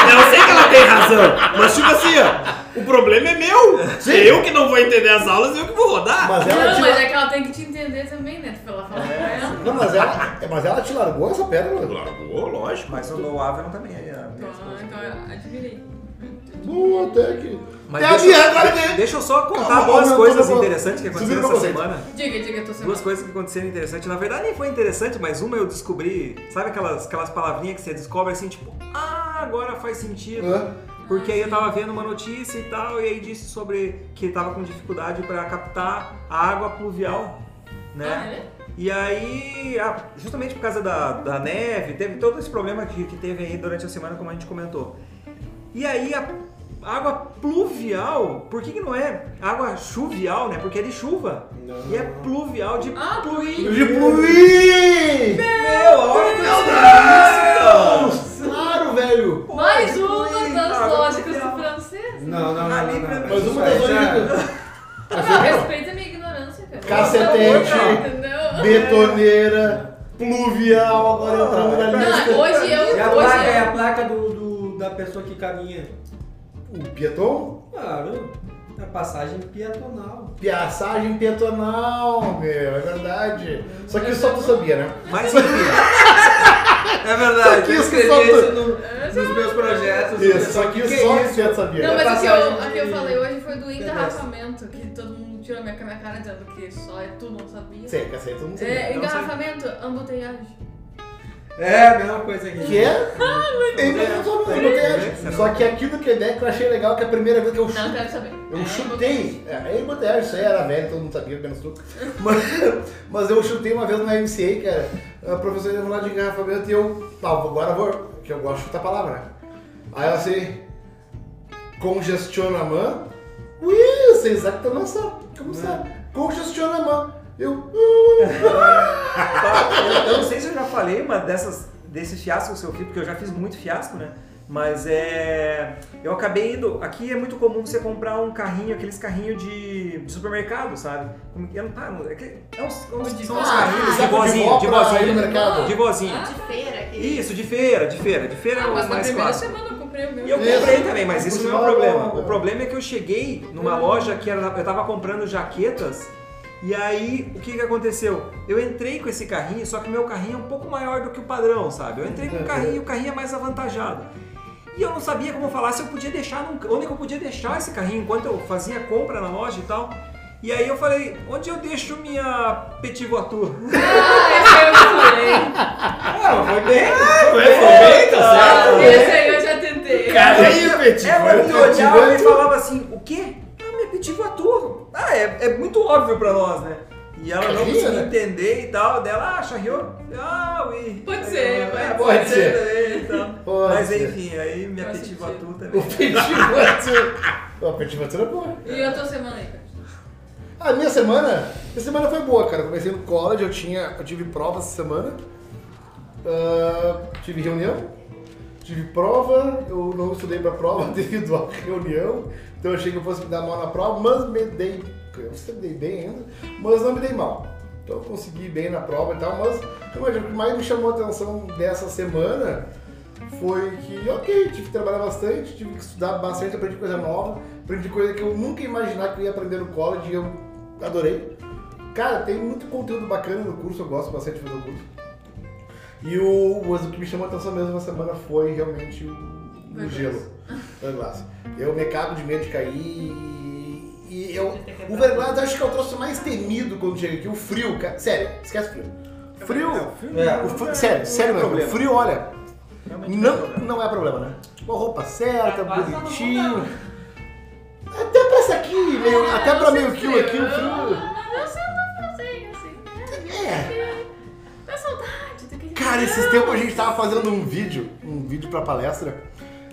Speaker 5: Não, eu sei que ela tem razão, mas tipo assim, ó, o problema é meu. Eu que não vou entender as aulas, eu que vou rodar.
Speaker 1: Mas ela
Speaker 3: Não,
Speaker 1: te.
Speaker 3: mas é que ela tem que te entender também, né? Tu ela falar com ela.
Speaker 1: Não, mas ela, mas ela te largou essa pedra.
Speaker 5: Largou, lógico.
Speaker 2: Mas o Noavel também, aí, a minha
Speaker 3: Então,
Speaker 2: esposa.
Speaker 3: então eu admirei.
Speaker 1: Boa, até que.
Speaker 5: É
Speaker 2: Mas
Speaker 1: Até a
Speaker 2: deixa,
Speaker 1: Mirra agora vem.
Speaker 2: deixa eu só contar
Speaker 1: Calma,
Speaker 2: duas
Speaker 1: calma,
Speaker 2: coisas
Speaker 1: calma, calma.
Speaker 2: interessantes que
Speaker 1: Subiu
Speaker 2: aconteceram
Speaker 1: pra
Speaker 2: essa
Speaker 1: você.
Speaker 2: semana.
Speaker 3: Diga, diga, eu tô sendo.
Speaker 2: Duas coisas que aconteceram interessantes. Na verdade, nem foi interessante, mas uma eu descobri. Sabe aquelas, aquelas palavrinhas que você descobre assim, tipo, ah, agora faz sentido.
Speaker 1: Hã?
Speaker 2: Porque
Speaker 3: Ah,
Speaker 2: aí eu tava vendo uma notícia e tal, e aí disse sobre que tava com dificuldade pra captar a água pluvial,
Speaker 3: Ah,
Speaker 2: né?
Speaker 3: é?
Speaker 2: E aí, a- justamente por causa da, da neve, teve todo esse problema que, que teve aí durante a semana, como a gente comentou. E aí, a água pluvial, por que, que não é água chuvial, né? Porque é de chuva. E é pluvial de
Speaker 3: Ah,
Speaker 2: pluir.
Speaker 1: Eu de pluir!
Speaker 2: Meu, a hora que eu
Speaker 1: Meu
Speaker 2: descobri isso,
Speaker 1: Deus! Claro, velho!
Speaker 2: cara.
Speaker 3: Mais
Speaker 2: Pluir,
Speaker 3: uma das
Speaker 2: água
Speaker 3: lógicas
Speaker 2: é pluvial.
Speaker 3: do francês.
Speaker 4: Não, não, não.
Speaker 2: Ali
Speaker 4: não,
Speaker 2: pra-
Speaker 4: não.
Speaker 1: Mas uma
Speaker 4: Isso
Speaker 1: das
Speaker 4: aí já-
Speaker 1: origens.
Speaker 3: Não, respeita a minha ignorância, cara.
Speaker 1: Cacetete.
Speaker 3: Entendeu?
Speaker 1: Betoneira, pluvial, agora entramos na
Speaker 3: Não,
Speaker 1: lista.
Speaker 3: hoje eu.
Speaker 4: É a
Speaker 3: hoje
Speaker 4: placa,
Speaker 3: eu-
Speaker 4: é a placa do, do- da pessoa que caminha.
Speaker 1: O Pieton?
Speaker 4: Claro, é passagem peatonal.
Speaker 1: Passagem peatonal, meu, é verdade. Só que isso só tu sabia, né?
Speaker 2: Mas enfim,
Speaker 4: É verdade,
Speaker 1: eu escrevi isso
Speaker 4: nos meus projetos.
Speaker 1: Isso, só que isso só tu sabia.
Speaker 3: Não, mas o que, eu,
Speaker 4: Passagem
Speaker 3: o que eu falei hoje foi do
Speaker 4: de
Speaker 3: engarrafamento, que todo mundo tirou minha, minha cara dizendo que só é tu, não sabia.
Speaker 1: Sei, cacete, eu não
Speaker 3: É,
Speaker 1: sei.
Speaker 2: não
Speaker 3: engarrafamento, amboteiagem.
Speaker 4: É, a mesma coisa aqui.
Speaker 1: Que é?
Speaker 3: Ah,
Speaker 1: Tem mesmo, só não tem. Só que aqui no Quebec eu achei legal que a primeira vez que eu
Speaker 3: Não
Speaker 1: chutei.
Speaker 3: quero saber.
Speaker 1: Eu
Speaker 3: É,
Speaker 1: chutei, é, aí botaram, isso aí era velho, todo mundo sabia, menos tu. Mas, mas eu chutei uma vez na MCA, cara, a professora ia falar de engarrafamento e eu, tá, agora eu vou, que eu gosto de chutar a palavra, né? Aí ela assim,
Speaker 2: Hum.
Speaker 1: congestiona a mão, ui, vocês sabem que eu não sabe, como sabe? Congestiona a mão. Eu.
Speaker 2: Ah, Eu, eu não sei se eu já falei, mas dessas, desses fiascos que eu fiz, porque eu já fiz muito fiasco, né? Mas é. Eu acabei indo. Aqui é muito comum você comprar um carrinho, aqueles carrinhos de, de supermercado, sabe? Como- Eu não, tá, é que- é uns- uns- são uns
Speaker 3: Ah,
Speaker 2: carrinhos de
Speaker 1: saco de
Speaker 2: vozinho,
Speaker 1: vó
Speaker 2: de
Speaker 1: pra ir no
Speaker 2: vozinho.
Speaker 1: mercado.
Speaker 2: De vozinho.
Speaker 3: Ah,
Speaker 6: De feira que
Speaker 2: Isso, de feira, de feira. De feira é
Speaker 3: Ah,
Speaker 2: o
Speaker 3: mas na
Speaker 2: mais
Speaker 3: primeira
Speaker 2: fácil.
Speaker 3: semana eu comprei o meu.
Speaker 2: E eu
Speaker 1: Isso.
Speaker 2: comprei também, mas isso não é Uhum. o
Speaker 1: Costumava-
Speaker 2: problema. O problema é que eu cheguei numa loja que era, eu tava comprando jaquetas e aí o que que aconteceu? Eu entrei com esse carrinho, só que meu carrinho é um pouco maior do que o padrão, sabe? Eu entrei com o carrinho e o carrinho é mais avantajado. E eu não sabia como falar se eu podia deixar, num, onde que eu podia deixar esse carrinho enquanto eu fazia compra na loja e tal. E aí eu falei, onde eu deixo minha petit voiture?
Speaker 3: Ah,
Speaker 2: Ah, foi bem, foi
Speaker 1: é
Speaker 4: bem, tá
Speaker 3: esse eu comprei. Esse aí eu já tentei.
Speaker 4: Carrinho, Petit.
Speaker 2: É, mas tu
Speaker 1: Petit
Speaker 2: olhava e
Speaker 1: Voiture.
Speaker 2: falava assim, o quê? Ah, minha Petit Voiture. Ah, é, é muito óbvio pra nós, né? E ela não
Speaker 1: Carrinho,
Speaker 2: conseguia
Speaker 1: né?
Speaker 2: entender e tal, dela, ah, charriou? Ah, oui.
Speaker 3: Pode ser,
Speaker 2: Ah,
Speaker 3: vai.
Speaker 2: pode,
Speaker 1: Pode
Speaker 2: ser também e tal.
Speaker 1: Pode
Speaker 2: Mas é
Speaker 1: ser.
Speaker 2: enfim, aí minha
Speaker 3: Faz
Speaker 2: Petit
Speaker 3: sentido.
Speaker 2: Voiture
Speaker 1: O
Speaker 2: também.
Speaker 1: Petit
Speaker 2: é
Speaker 1: Voiture. O Petit Voiture é boa.
Speaker 3: E a tua semana aí, cara?
Speaker 1: Ah, A minha semana, minha semana foi boa, cara. Eu comecei no college, eu tinha, eu tive prova essa semana. Ah, tive reunião, tive prova, eu não estudei pra prova devido à reunião, então eu achei que eu fosse me dar mal na prova, mas me dei, eu sempre me dei bem ainda, mas não me dei mal. Então eu consegui bem na prova e tal, mas eu acho que o que mais me chamou a atenção dessa semana foi que, ok, tive que trabalhar bastante, tive que estudar bastante, aprendi coisa nova, aprendi coisa que eu nunca ia imaginar que eu ia aprender no college e eu adorei. Cara, tem muito conteúdo bacana no curso, eu gosto bastante de fazer o curso. E o, mas o que me chamou a atenção mesmo na semana foi realmente o, o
Speaker 3: Foi
Speaker 1: gelo.
Speaker 3: glass.
Speaker 1: Verglass. Eu me cago de medo de cair e- e eu.
Speaker 6: ter
Speaker 1: O
Speaker 6: quebrado.
Speaker 1: Verglass acho que é o troço mais temido quando chega aqui. O frio, cara. Sério, esquece o frio. Frio.
Speaker 4: É,
Speaker 1: o frio- sério, sério mesmo. O frio, olha,
Speaker 2: Realmente
Speaker 1: não,
Speaker 2: problema.
Speaker 1: não é problema, né? Uma roupa certa,
Speaker 6: Pra quase todo mundo
Speaker 1: bonitinho. Até pra essa aqui, meio,
Speaker 3: É,
Speaker 1: até pra meio
Speaker 3: que
Speaker 1: quilo aqui, o
Speaker 3: Não,
Speaker 1: frio.
Speaker 3: não, eu sei, eu não sei, assim.
Speaker 1: É.
Speaker 3: Dá saudade daquele
Speaker 1: Cara, esses tempos a gente tava fazendo um vídeo, um vídeo pra palestra,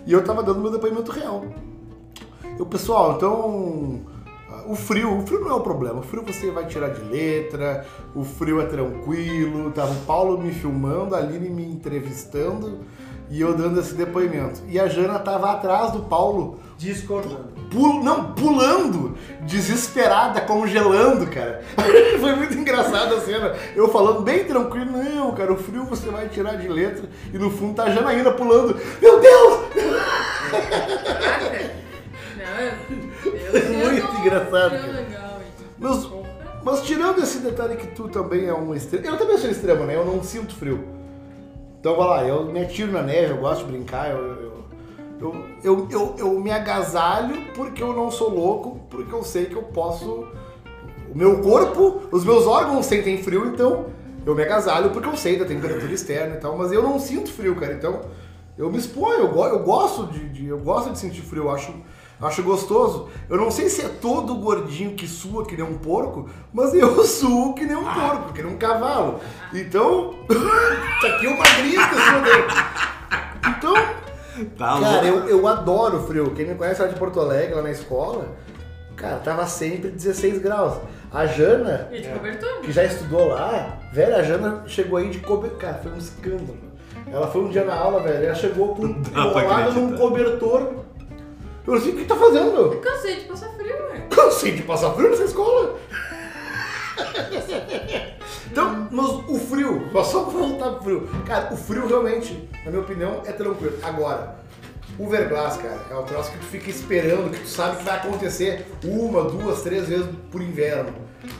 Speaker 1: e eu tava dando meu depoimento real. Eu, pessoal, então. ah, O frio, o frio não é o problema. O frio você vai tirar de letra, o frio é tranquilo. Tava o Paulo me filmando, a Aline me entrevistando e eu dando esse depoimento. E a Jana tava atrás do Paulo,
Speaker 4: Discordando.
Speaker 1: pul- não, pulando, desesperada, congelando, cara. Foi muito engraçada a cena. Eu falando bem tranquilo, não, cara, o frio você vai tirar de letra. E no fundo tá a Janaína pulando. Meu Deus!
Speaker 3: Caraca. Não, eu- eu- eu
Speaker 1: Muito
Speaker 3: não-
Speaker 1: engraçado,
Speaker 3: eu
Speaker 1: cara.
Speaker 3: legal, hein?
Speaker 1: Mas, mas tirando esse detalhe que tu também é um extremo. Eu também sou extremo, né? Eu não sinto frio. Então vai lá, eu me atiro na neve, eu gosto de brincar, eu. eu... Eu, eu, eu, eu me agasalho porque eu não sou louco, porque eu sei que eu posso. O meu corpo, os meus órgãos sentem frio, então eu me agasalho porque eu sei da temperatura externa e tal, mas eu não sinto frio, cara. Então eu me exponho, eu, go- eu gosto de, de- eu gosto de sentir frio, eu acho, acho gostoso. Eu não sei se é todo gordinho que sua que nem um porco, mas eu suo que nem um porco, que nem um cavalo. Então, tá aqui uma grita, seu Deus. Então,
Speaker 5: Tá
Speaker 1: Cara,
Speaker 5: louco.
Speaker 1: eu, eu adoro frio. Quem me conhece lá de Porto Alegre, lá na escola, cara, tava sempre 16 graus. A Jana,
Speaker 3: E de cobertura?
Speaker 1: que já estudou lá, velho, a Jana chegou aí de cobertor. Cara, foi um escândalo. Ela foi um dia na aula, velho, ela chegou com
Speaker 5: pra
Speaker 1: enrolada num
Speaker 5: acreditar.
Speaker 1: cobertor. Eu disse, o que tá fazendo, meu?
Speaker 3: Eu cansei de passar frio, velho.
Speaker 1: Cansei de passar frio nessa escola. Então, mas o frio, mas só pra voltar pro frio. Cara, o frio realmente, na minha opinião, é tranquilo. Agora, o verglass, cara, é o troço que tu fica esperando, que tu sabe que vai acontecer uma, duas, três vezes por inverno.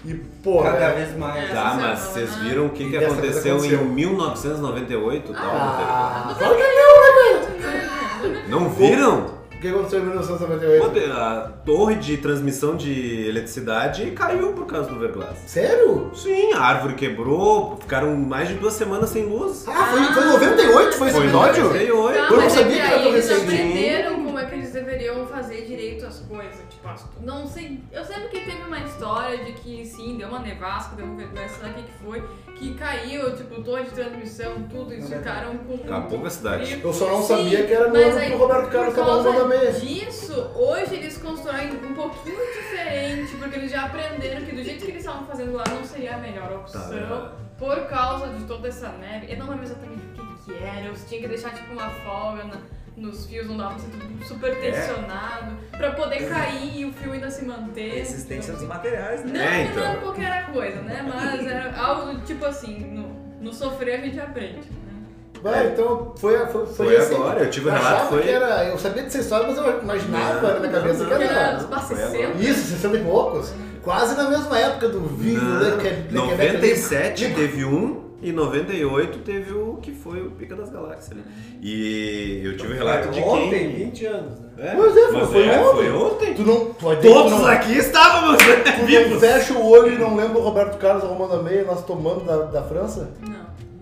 Speaker 1: E, né? pô,
Speaker 4: Cada
Speaker 1: velho,
Speaker 4: vez mais.
Speaker 3: É.
Speaker 5: Tá, mas vocês viram o que, que
Speaker 1: E dessa vez
Speaker 5: aconteceu em
Speaker 1: aconteceu.
Speaker 5: 1998? tal,
Speaker 1: Ah,
Speaker 3: Mas
Speaker 1: claro
Speaker 3: eu
Speaker 1: que
Speaker 3: não, né,
Speaker 1: Ah.
Speaker 5: não teve? tá Não viram?
Speaker 1: o que aconteceu em 1998?
Speaker 5: Pô, A torre de transmissão de eletricidade caiu por causa do verglass.
Speaker 1: Sério?
Speaker 5: Sim, a árvore quebrou, ficaram mais de duas semanas sem luz.
Speaker 1: Ah, foi, foi em 98? Foi esse
Speaker 5: Foi em
Speaker 1: episódio?
Speaker 5: 98.
Speaker 1: Eu não
Speaker 3: mas é
Speaker 1: sabia
Speaker 3: que
Speaker 1: que era
Speaker 3: aí
Speaker 1: tão
Speaker 3: eles
Speaker 1: recente.
Speaker 3: aprenderam como é que eles deveriam sabiam fazer direito as coisas. Tipo, as- não sei. Eu lembro que teve uma história de que sim, deu uma nevasca, deu um uma nevasca, sei lá o que, que foi, que caiu, tipo, torre de transmissão, tudo, eles ficaram com.
Speaker 5: Acabou com a cidade.
Speaker 1: Eu só não
Speaker 3: Sim,
Speaker 1: sabia que era no
Speaker 3: mas
Speaker 1: ano
Speaker 3: aí,
Speaker 1: que o Roberto Carlos
Speaker 3: por
Speaker 1: estava
Speaker 3: causa
Speaker 1: usando a meia.
Speaker 3: disso, hoje eles constroem um pouquinho diferente, porque eles já aprenderam que do jeito que eles estavam fazendo lá não seria a melhor opção.
Speaker 5: Tá.
Speaker 3: Por causa de toda essa neve. Eu não lembro exatamente o que, que era, eu tinha que deixar tipo uma folga na- nos fios, não dava pra ser tudo
Speaker 5: É?
Speaker 3: super tensionado, pra poder cair e o fio ainda se manter.
Speaker 2: Existência dos materiais,
Speaker 3: Não,
Speaker 2: né?
Speaker 5: Uhum. É,
Speaker 3: não era
Speaker 5: então.
Speaker 3: qualquer coisa, né? Mas era algo tipo assim, no, no sofrer a gente aprende, né?
Speaker 1: Vai, então foi, foi, foi,
Speaker 5: É. Foi
Speaker 1: assim.
Speaker 5: agora, eu tive um
Speaker 1: Eu
Speaker 5: relato,
Speaker 1: achava
Speaker 5: foi.
Speaker 1: que era. Eu sabia dessa história, mas eu imaginava na minha cabeça que
Speaker 3: Porque era
Speaker 1: era.
Speaker 3: os
Speaker 5: Foi agora.
Speaker 1: Isso, 60 e poucos. Quase na mesma época do vinho, né? Que, que- que-
Speaker 5: Não,
Speaker 1: que-
Speaker 5: 97 teve um e 98 teve o que foi o Pica das Galáxias ali. E eu tive um relato de quem.
Speaker 4: É, Ontem, 20 anos, né?
Speaker 5: É,
Speaker 1: Pois é,
Speaker 5: mas
Speaker 1: foi
Speaker 5: é,
Speaker 1: ontem.
Speaker 5: foi ontem.
Speaker 1: Tu não pode tu
Speaker 5: Todos
Speaker 1: não,
Speaker 5: aqui estávamos né,
Speaker 1: tu não
Speaker 5: vivos.
Speaker 1: fecha o olho e não lembra o Roberto Carlos arrumando a meia, nós tomando da, da França?
Speaker 3: Não.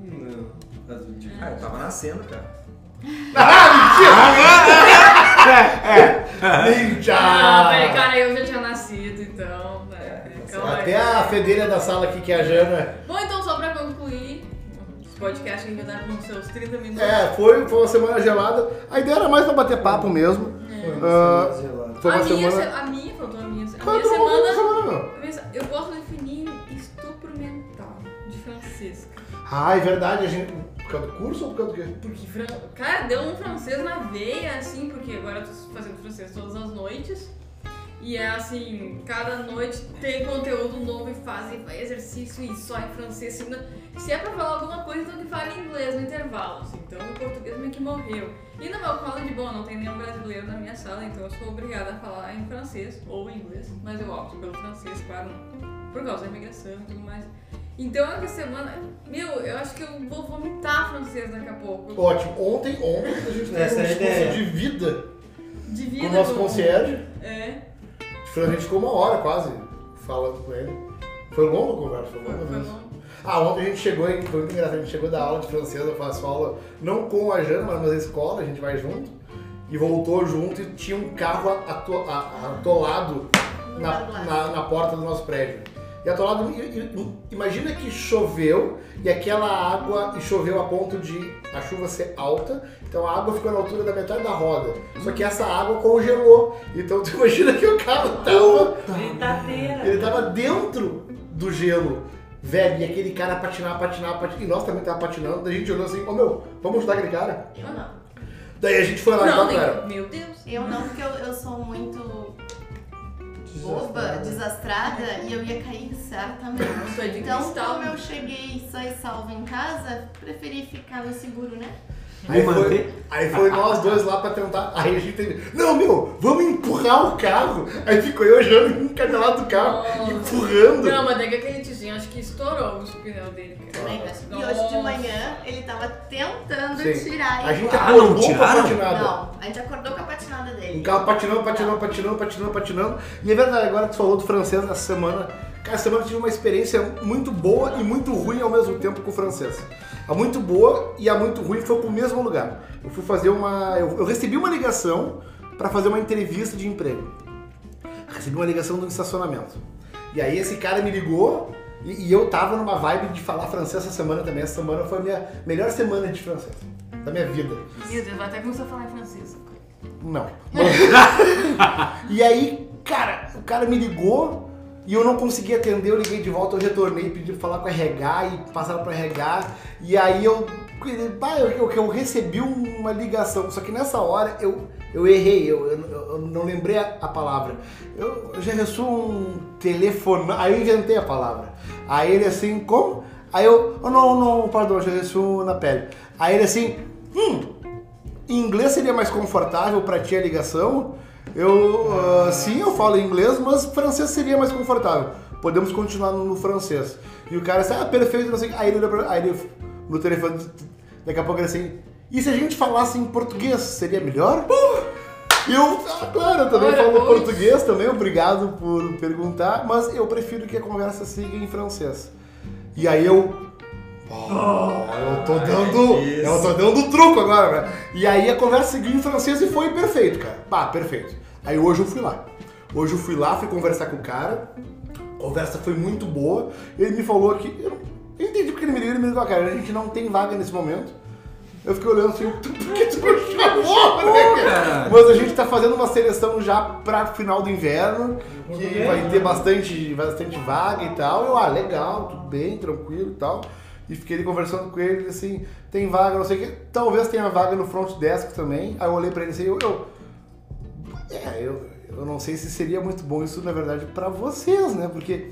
Speaker 4: Não, faz 20 anos.
Speaker 2: Ah, eu tava nascendo, cara.
Speaker 5: Ah,
Speaker 1: Ah, É, Mentira!
Speaker 3: Ah, velho, cara, eu já tinha nascido, então. né, calma
Speaker 1: Até
Speaker 3: aí.
Speaker 1: a fedelha da sala aqui, que é a Jana.
Speaker 3: Bom, então, só pra concluir, esse podcast ainda tá com seus 30 minutos.
Speaker 1: É, foi, foi uma semana gelada. A ideia era mais pra bater papo mesmo.
Speaker 4: Foi
Speaker 1: Ah,
Speaker 4: uma semana gelada.
Speaker 1: Foi
Speaker 3: a,
Speaker 1: uma semana.
Speaker 3: minha se- a minha, faltou a minha. A
Speaker 1: Claro
Speaker 3: minha
Speaker 1: que eu não vou fazer
Speaker 3: semana.
Speaker 1: semana, não.
Speaker 3: a minha- Eu gosto de definir estupro mental de Francisca.
Speaker 1: Ah, é verdade, a gente. Por causa do curso ou por causa do quê?
Speaker 3: Porque, fran... cara, deu um francês na veia, assim, porque agora eu tô fazendo francês todas as noites. E é assim, cada noite tem conteúdo novo e fazem exercício e só em francês. Se, não- se é pra falar alguma coisa, então que fale em inglês no intervalo. assim. Então o português meio que morreu. E no meu colo de bom, não tem nenhum brasileiro na minha sala, então eu sou obrigada a falar em francês ou em inglês. Mas eu opto pelo francês, claro, por causa da imigração e tudo mais. Então essa semana, meu, eu acho que eu vou vomitar francês daqui a pouco.
Speaker 1: Ótimo. Ontem, ontem, a gente teve
Speaker 4: Essa é
Speaker 1: um
Speaker 4: a
Speaker 1: discurso
Speaker 4: ideia.
Speaker 1: de vida
Speaker 3: De
Speaker 1: com
Speaker 3: vida
Speaker 1: o nosso
Speaker 3: com-
Speaker 1: concierge.
Speaker 3: É,
Speaker 1: A gente ficou uma hora quase falando com ele. Foi longa a conversa, foi
Speaker 3: foi,
Speaker 1: longa
Speaker 3: foi
Speaker 1: mesmo.
Speaker 3: bom.
Speaker 1: Ah, ontem a gente chegou, em- foi muito engraçado, a gente chegou da aula de francês, eu faço aula não com a Jana, mas na escola, a gente vai junto. E voltou junto e tinha um carro ato- a- atolado na, na- na porta do nosso prédio. E atolado, e- e- imagina que choveu e aquela água, e choveu a ponto de a chuva ser alta, então a água ficou na altura da metade da roda. Só que essa água congelou, então tu imagina que o carro tava ele tava dentro do gelo, velho, e aquele cara patinar, patinar, patinar. E nós também tava patinando. Daí a gente olhou assim, ô meu, vamos ajudar aquele cara?
Speaker 6: Eu não.
Speaker 1: Daí a gente foi lá
Speaker 3: Não,
Speaker 1: ajudar o
Speaker 3: nem-
Speaker 1: então, cara.
Speaker 3: meu Deus.
Speaker 6: Eu não, porque eu, eu sou muito boba,
Speaker 4: Desastrado.
Speaker 6: desastrada, e eu ia cair certamente.
Speaker 3: Eu sou de
Speaker 6: Então,
Speaker 3: cristal.
Speaker 6: como eu cheguei só e salva em casa, preferi ficar no seguro, né?
Speaker 1: Aí
Speaker 5: Me
Speaker 1: foi,
Speaker 5: mantém.
Speaker 1: aí foi nós dois lá pra tentar. Aí a gente teve, não, meu, vamos empurrar o carro. Aí ficou eu olhando encadelado do carro,
Speaker 3: Nossa.
Speaker 1: empurrando.
Speaker 3: Não, mas daí que aquele tizinho acho que estourou os pneus dele, cara.
Speaker 6: Também, né? E hoje de
Speaker 3: Nossa.
Speaker 6: manhã ele tava tentando
Speaker 1: Sim.
Speaker 6: tirar
Speaker 1: A
Speaker 6: ele.
Speaker 1: gente
Speaker 5: Ah,
Speaker 1: acordou
Speaker 5: não
Speaker 1: com a
Speaker 5: tiraram?
Speaker 1: patinada.
Speaker 6: Não, a gente acordou com a patinada
Speaker 1: Um
Speaker 6: dele.
Speaker 1: carro patinando, patinando, patinando, patinando, patinando. E é verdade, agora que tu falou do francês essa semana, cara, essa semana eu tive uma experiência muito boa e muito ruim ao mesmo tempo com o francês. A muito boa e a muito ruim foi pro mesmo lugar. Eu fui fazer uma. Eu, eu recebi uma ligação pra fazer uma entrevista de emprego. Recebi uma ligação de um estacionamento. E aí esse cara me ligou e, e eu tava numa vibe de falar francês essa semana também. Essa semana foi a minha melhor semana de francês da minha vida.
Speaker 3: Meu Deus, vai até começar a falar em francês.
Speaker 1: Não. e aí, cara, o cara me ligou e eu não consegui atender, eu liguei de volta, eu retornei, pedi pra falar com a RH e passaram pra RH. E aí eu, bah, eu, eu, eu recebi uma ligação, só que nessa hora eu, eu errei, eu, eu- eu não lembrei a, a palavra. Eu, eu já recebi um telefone, aí eu inventei a palavra. Aí ele assim, como? Aí eu, oh, não, não, perdão, já recebi um na pele. Aí ele assim, hum, em inglês seria mais confortável pra ti a ligação? Eu, ah, sim, eu falo inglês, mas francês seria mais confortável. Podemos continuar no, no francês. E o cara disse, ah, perfeito, não sei. o quê. Aí ele, olhou pra- aí ele no telefone, daqui a pouco ele assim, e se a gente falasse em português, seria melhor? E eu, ah, claro, eu também
Speaker 3: Ora,
Speaker 1: falo
Speaker 3: pois.
Speaker 1: português também, obrigado por perguntar, mas eu prefiro que a conversa siga em francês. E aí eu, eu tô dando.
Speaker 2: isso.
Speaker 1: eu tô dando truco agora, né? E aí a conversa seguiu em francês e foi perfeito, cara. Pá, perfeito. Aí hoje eu fui lá. Hoje eu fui lá, fui conversar com o cara. A conversa foi muito boa. Ele me falou que. Eu, não- eu entendi porque ele me ligou, ele me ligou, cara, a gente não tem vaga nesse momento. Eu fiquei olhando assim, "Tu- por que tu me chamou, né, cara? Mas a gente tá fazendo uma seleção já pra final do inverno, que é. vai ter bastante, bastante vaga e tal. Eu, ah, legal, tudo bem, tranquilo e tal. E fiquei ali conversando com ele, ele assim, tem vaga, não sei o quê. Talvez tenha vaga no front desk também. Aí eu olhei pra ele assim, eu, eu é, eu, eu não sei se seria muito bom isso, na verdade, pra vocês, né? Porque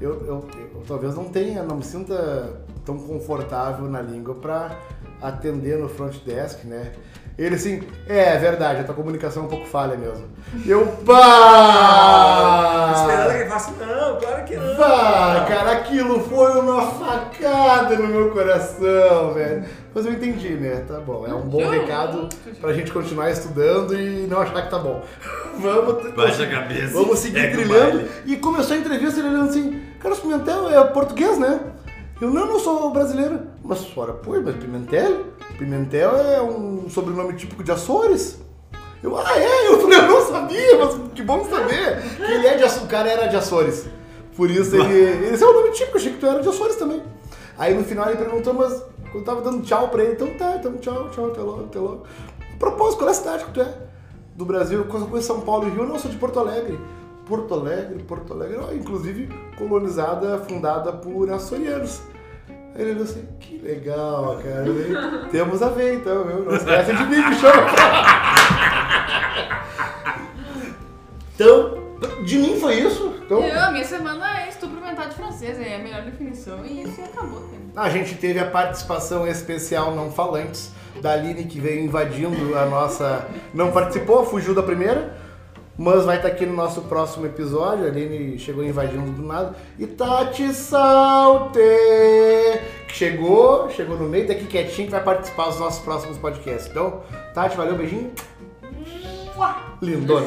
Speaker 1: eu, eu- eu talvez não tenha, não me sinta tão confortável na língua pra atender no front desk, né? Ele assim, é, é verdade, a tua comunicação é um pouco falha mesmo. Eu, pá!
Speaker 2: Esperando que ele faça, não, claro que não.
Speaker 1: Pá, cara, aquilo foi uma facada no meu coração, velho. Mas eu entendi, né? Tá bom. É um bom
Speaker 3: Justo,
Speaker 1: recado
Speaker 3: gente.
Speaker 1: pra gente continuar estudando e não achar que tá bom. Vamos.
Speaker 5: Baixa a cabeça.
Speaker 1: Vamos seguir
Speaker 5: segue o
Speaker 1: trilhando.
Speaker 5: É baile.
Speaker 1: E começou a entrevista ele olhando assim, Carlos Pimentel é português, né? Eu não, não sou brasileiro. Mas, ora, pô, mas Pimentel? Pimentel é um sobrenome típico de Açores. Eu, ah, é? Eu, falei, eu não sabia, mas que bom saber que ele é de Açores. O cara era de Açores. Por isso ele... Esse é o nome típico, achei que tu era de Açores também. Aí no final ele perguntou, mas eu tava dando tchau pra ele. Então tá, então tchau, tchau, até logo, até logo. A propósito, qual é a cidade que tu é? do Brasil, quando eu conheço São Paulo e Rio, não, eu sou de Porto Alegre. Porto Alegre, Porto Alegre, ó, inclusive colonizada, fundada por açorianos. Aí ele olhou assim, que legal, cara. né? Temos a ver, então, viu? Não esquece de mim, bichão. então, de mim foi isso. Então,
Speaker 3: Eu, a minha semana é estupro mental de francês, é a melhor definição. E isso acabou, cara.
Speaker 1: A gente teve a participação especial não falantes da Aline que veio invadindo a nossa. Não participou, fugiu da primeira, mas vai estar aqui no nosso próximo episódio. A Aline chegou invadindo do nada. E Tati Salte! Que chegou, chegou no meio, tá aqui quietinho que vai participar dos nossos próximos podcasts. Então, Tati, valeu, beijinho. Lindona.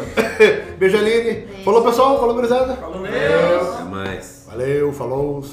Speaker 1: Beijo, Aline. Falou, pessoal. Falou, gurizada.
Speaker 2: Falou,
Speaker 5: Até mais.
Speaker 1: Valeu, falou.